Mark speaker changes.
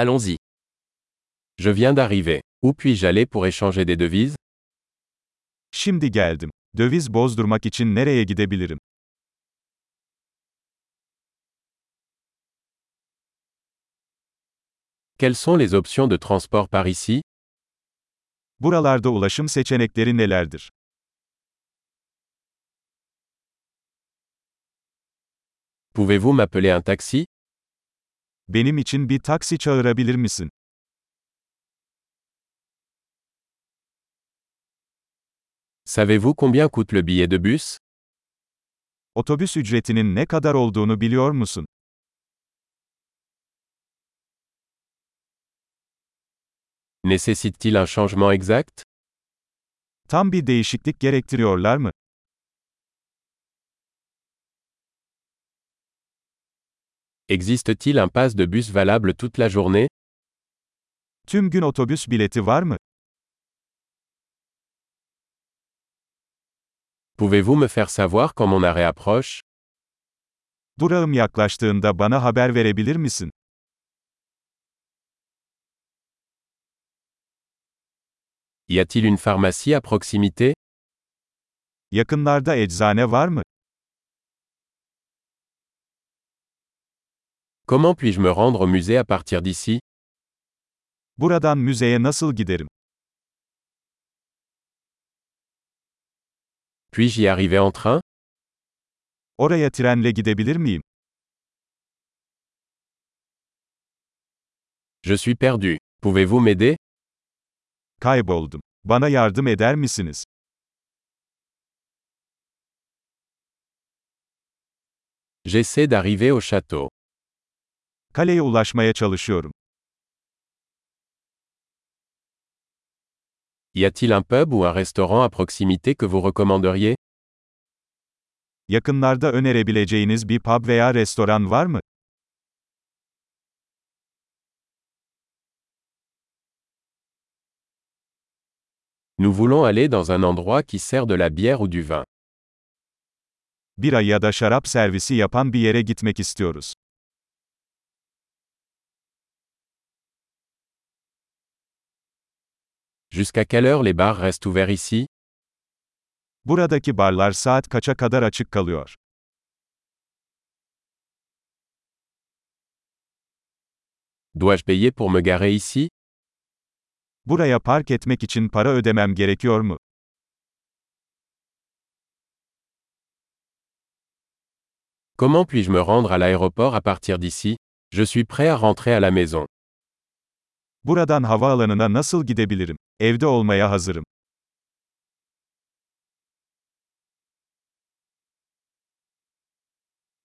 Speaker 1: Allons-y. Je viens d'arriver. Où puis-je aller pour échanger des devises
Speaker 2: Şimdi geldim. Döviz bozdurmak için nereye gidebilirim?
Speaker 1: Quelles sont les options de transport par ici
Speaker 2: Buralarda ulaşım seçenekleri nelerdir?
Speaker 1: Pouvez-vous m'appeler un taxi
Speaker 2: Benim için bir taksi çağırabilir misin?
Speaker 1: Savez-vous combien coûte le billet de bus
Speaker 2: Otobüs ücretinin ne kadar olduğunu biliyor musun?
Speaker 1: Nécessite-t-il un changement exact
Speaker 2: Tam bir değişiklik gerektiriyorlar mı?
Speaker 1: Existe-t-il un pass de bus valable toute la journée
Speaker 2: Tüm gün otobüs bileti var mı?
Speaker 1: Pouvez-vous me faire savoir quand mon arrêt approche
Speaker 2: Durağım yaklaştığında bana haber verebilir misin?
Speaker 1: Y a-t-il une pharmacie à proximité
Speaker 2: Yakınlarda eczane var mı?
Speaker 1: Comment puis-je me rendre au musée à partir d'ici
Speaker 2: Buradan müzeye nasıl giderim?
Speaker 1: Puis-je y arriver en train
Speaker 2: Oraya trenle gidebilir miyim?
Speaker 1: Je suis perdu. Pouvez-vous m'aider
Speaker 2: Kayboldum. Bana yardım eder misiniz?
Speaker 1: J'essaie d'arriver au château.
Speaker 2: Kaleye ulaşmaya çalışıyorum.
Speaker 1: Y a-t-il un pub ou un restaurant à proximité que vous recommanderiez
Speaker 2: Yakınlarda önerebileceğiniz bir pub veya restoran var mı?
Speaker 1: Nous voulons aller dans un endroit qui sert de la bière ou du vin.
Speaker 2: Bira ya da şarap servisi yapan bir yere gitmek istiyoruz.
Speaker 1: Jusqu'à quelle heure les bars restent ouverts ici
Speaker 2: Buradaki barlar saat kaça kadar açık kalıyor?
Speaker 1: Dois-je payer pour me garer ici
Speaker 2: Buraya park etmek için para ödemem gerekiyor mu?
Speaker 1: Comment puis-je me rendre à l'aéroport à partir d'ici Je suis prêt à rentrer à la maison.
Speaker 2: Buradan havaalanına nasıl gidebilirim? Evde olmaya hazırım.